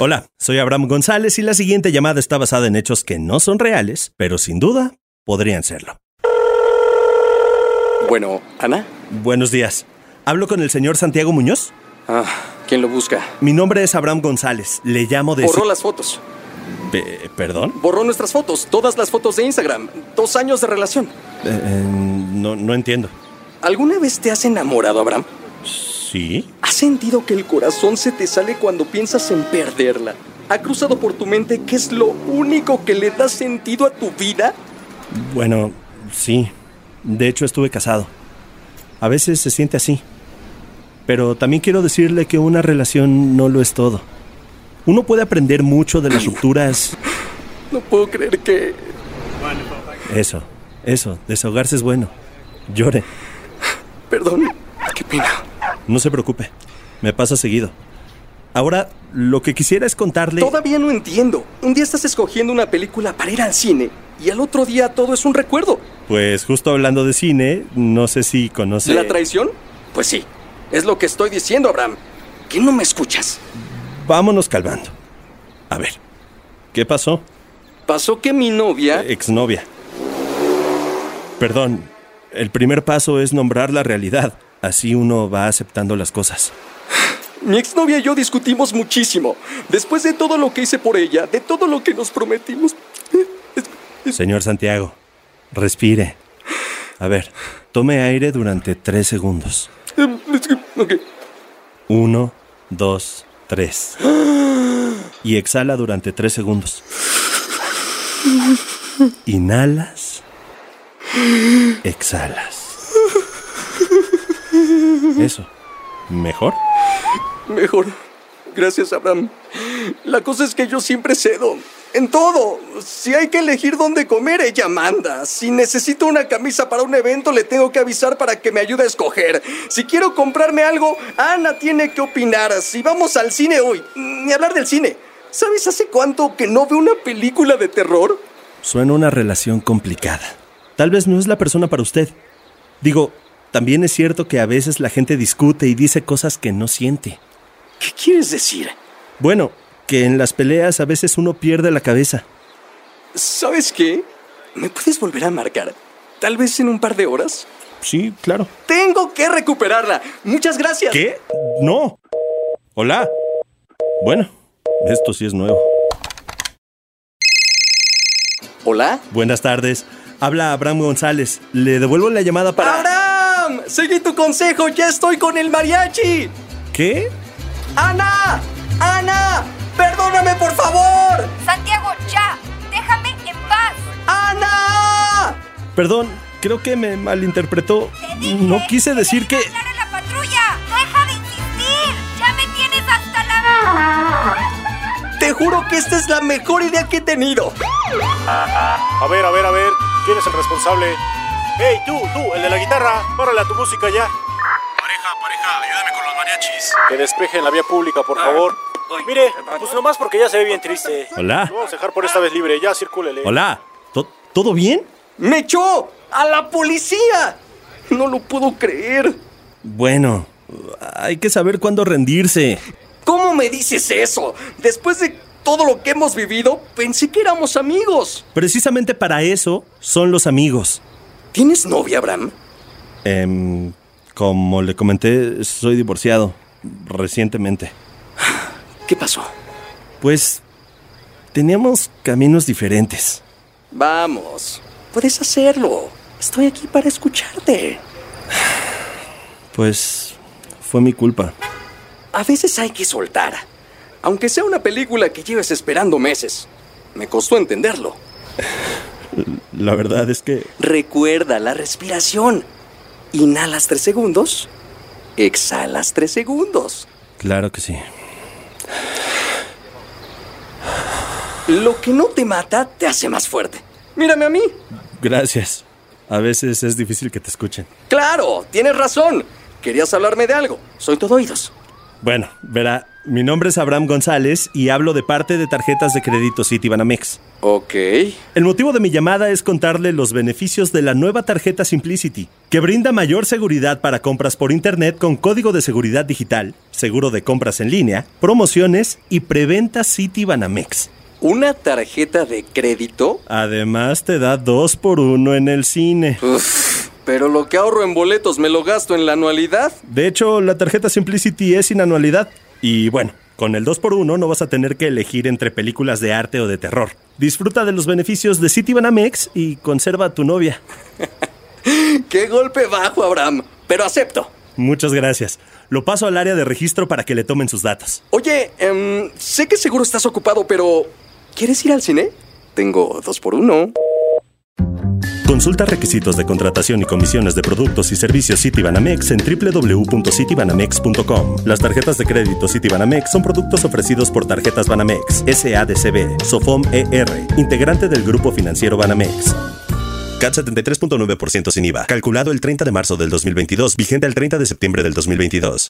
Hola, soy Abraham González y la siguiente llamada está basada en hechos que no son reales, pero sin duda podrían serlo. Bueno, Ana. Buenos días. ¿Hablo con el señor Santiago Muñoz? Ah, ¿quién lo busca? Mi nombre es Abraham González. Le llamo de... Borró las fotos. Pe- eh, ¿Perdón? Borró nuestras fotos, todas las fotos de Instagram. Dos años de relación. Eh, eh, no, no entiendo. ¿Alguna vez te has enamorado, Abraham? ¿Sí? ¿Has sentido que el corazón se te sale cuando piensas en perderla? ¿Ha cruzado por tu mente que es lo único que le da sentido a tu vida? Bueno, sí. De hecho, estuve casado. A veces se siente así. Pero también quiero decirle que una relación no lo es todo. Uno puede aprender mucho de las rupturas. No puedo creer que... Eso, eso, desahogarse es bueno. Llore, Perdón, qué pena. no se preocupe. Me pasa seguido. Ahora, lo que quisiera es contarle... Todavía no entiendo. Un día estás escogiendo una película para ir al cine y al otro día todo es un recuerdo. Pues justo hablando de cine, no sé si conoce... ¿La traición? Pues sí. Es lo que estoy diciendo, Abraham. ¿Que no me escuchas? Vámonos calmando. A ver, ¿qué pasó? Pasó que mi novia... Exnovia. Perdón, el primer paso es nombrar la realidad. Así uno va aceptando las cosas. Mi exnovia y yo discutimos muchísimo. Después de todo lo que hice por ella, de todo lo que nos prometimos. Señor Santiago, respire. A ver, tome aire durante tres segundos. Ok. Uno, dos, tres. Y exhala durante tres segundos. Inhalas. Exhalas. Eso. ¿Mejor? Mejor. Gracias, Abraham. La cosa es que yo siempre cedo. En todo. Si hay que elegir dónde comer, ella manda. Si necesito una camisa para un evento, le tengo que avisar para que me ayude a escoger. Si quiero comprarme algo, Ana tiene que opinar. Si vamos al cine hoy, ni hablar del cine. ¿Sabes hace cuánto que no veo una película de terror? Suena una relación complicada. Tal vez no es la persona para usted. Digo, también es cierto que a veces la gente discute y dice cosas que no siente. ¿Qué quieres decir? Bueno, que en las peleas a veces uno pierde la cabeza. ¿Sabes qué? ¿Me puedes volver a marcar? Tal vez en un par de horas. Sí, claro. Tengo que recuperarla. Muchas gracias. ¿Qué? No. Hola. Bueno, esto sí es nuevo. ¿Hola? Buenas tardes. Habla Abraham González. Le devuelvo la llamada para... ¡Abraham! Seguí tu consejo, ya estoy con el mariachi. ¿Qué? ¡Ana! ¡Ana! ¡Perdóname, por favor! Santiago, ya, déjame en paz. ¡Ana! Perdón, creo que me malinterpretó. Te dije No quise decir que... ¡Claro la patrulla! ¡Deja de insistir! ¡Ya me tienes hasta la... Te juro que esta es la mejor idea que he tenido. A ver, a ver, a ver. ¿Quién es el responsable? ¡Hey, tú, tú, el de la guitarra! ¡Párale a tu música ya! Pareja, pareja, ayúdame con los mariachis. Ah, Que despejen la vía pública, por favor. Mire, pues nomás porque ya se ve bien triste. Hola. Lo vamos a dejar por esta vez libre, ya circúlele. Hola. ¿To- ¿Todo bien? ¡Me echó! ¡A la policía! No lo puedo creer. Bueno, hay que saber cuándo rendirse. ¿Cómo me dices eso? Después de todo lo que hemos vivido, pensé que éramos amigos. Precisamente para eso son los amigos. ¿Tienes novia, Abraham? Em, como le comenté, soy divorciado recientemente. ¿Qué pasó? Pues teníamos caminos diferentes. Vamos, puedes hacerlo. Estoy aquí para escucharte. Pues fue mi culpa. A veces hay que soltar, aunque sea una película que lleves esperando meses. Me costó entenderlo. La verdad es que... Recuerda la respiración. Inhalas tres segundos, exhalas tres segundos. Claro que sí. Lo que no te mata te hace más fuerte. Mírame a mí. Gracias. A veces es difícil que te escuchen. Claro, tienes razón. Querías hablarme de algo. Soy todo oídos. Bueno, verá, Mi nombre es Abraham González y hablo de parte de tarjetas de crédito Citibanamex. Ok. El motivo de mi llamada es contarle los beneficios de la nueva tarjeta Simplicity, que brinda mayor seguridad para compras por Internet con código de seguridad digital, seguro de compras en línea, promociones y preventa Citibanamex. ¿Una tarjeta de crédito? Además te da dos por uno en el cine. Uf, pero lo que ahorro en boletos me lo gasto en la anualidad. De hecho, la tarjeta Simplicity es sin anualidad. Y bueno, con el 2x1 no vas a tener que elegir entre películas de arte o de terror. Disfruta de los beneficios de Citibanamex y conserva a tu novia. ¡Qué golpe bajo, Abraham! Pero acepto. Muchas gracias. Lo paso al área de registro para que le tomen sus datos. Oye, em, sé que seguro estás ocupado, pero ¿quieres ir al cine? Tengo dos por uno. Consulta requisitos de contratación y comisiones de productos y servicios Citibanamex en www.citibanamex.com. Las tarjetas de crédito Citibanamex son productos ofrecidos por Tarjetas Banamex, SADCB, Sofom ER, integrante del grupo financiero Banamex. CAT 73.9% sin IVA, calculado el 30 de marzo del 2022, vigente el 30 de septiembre del 2022.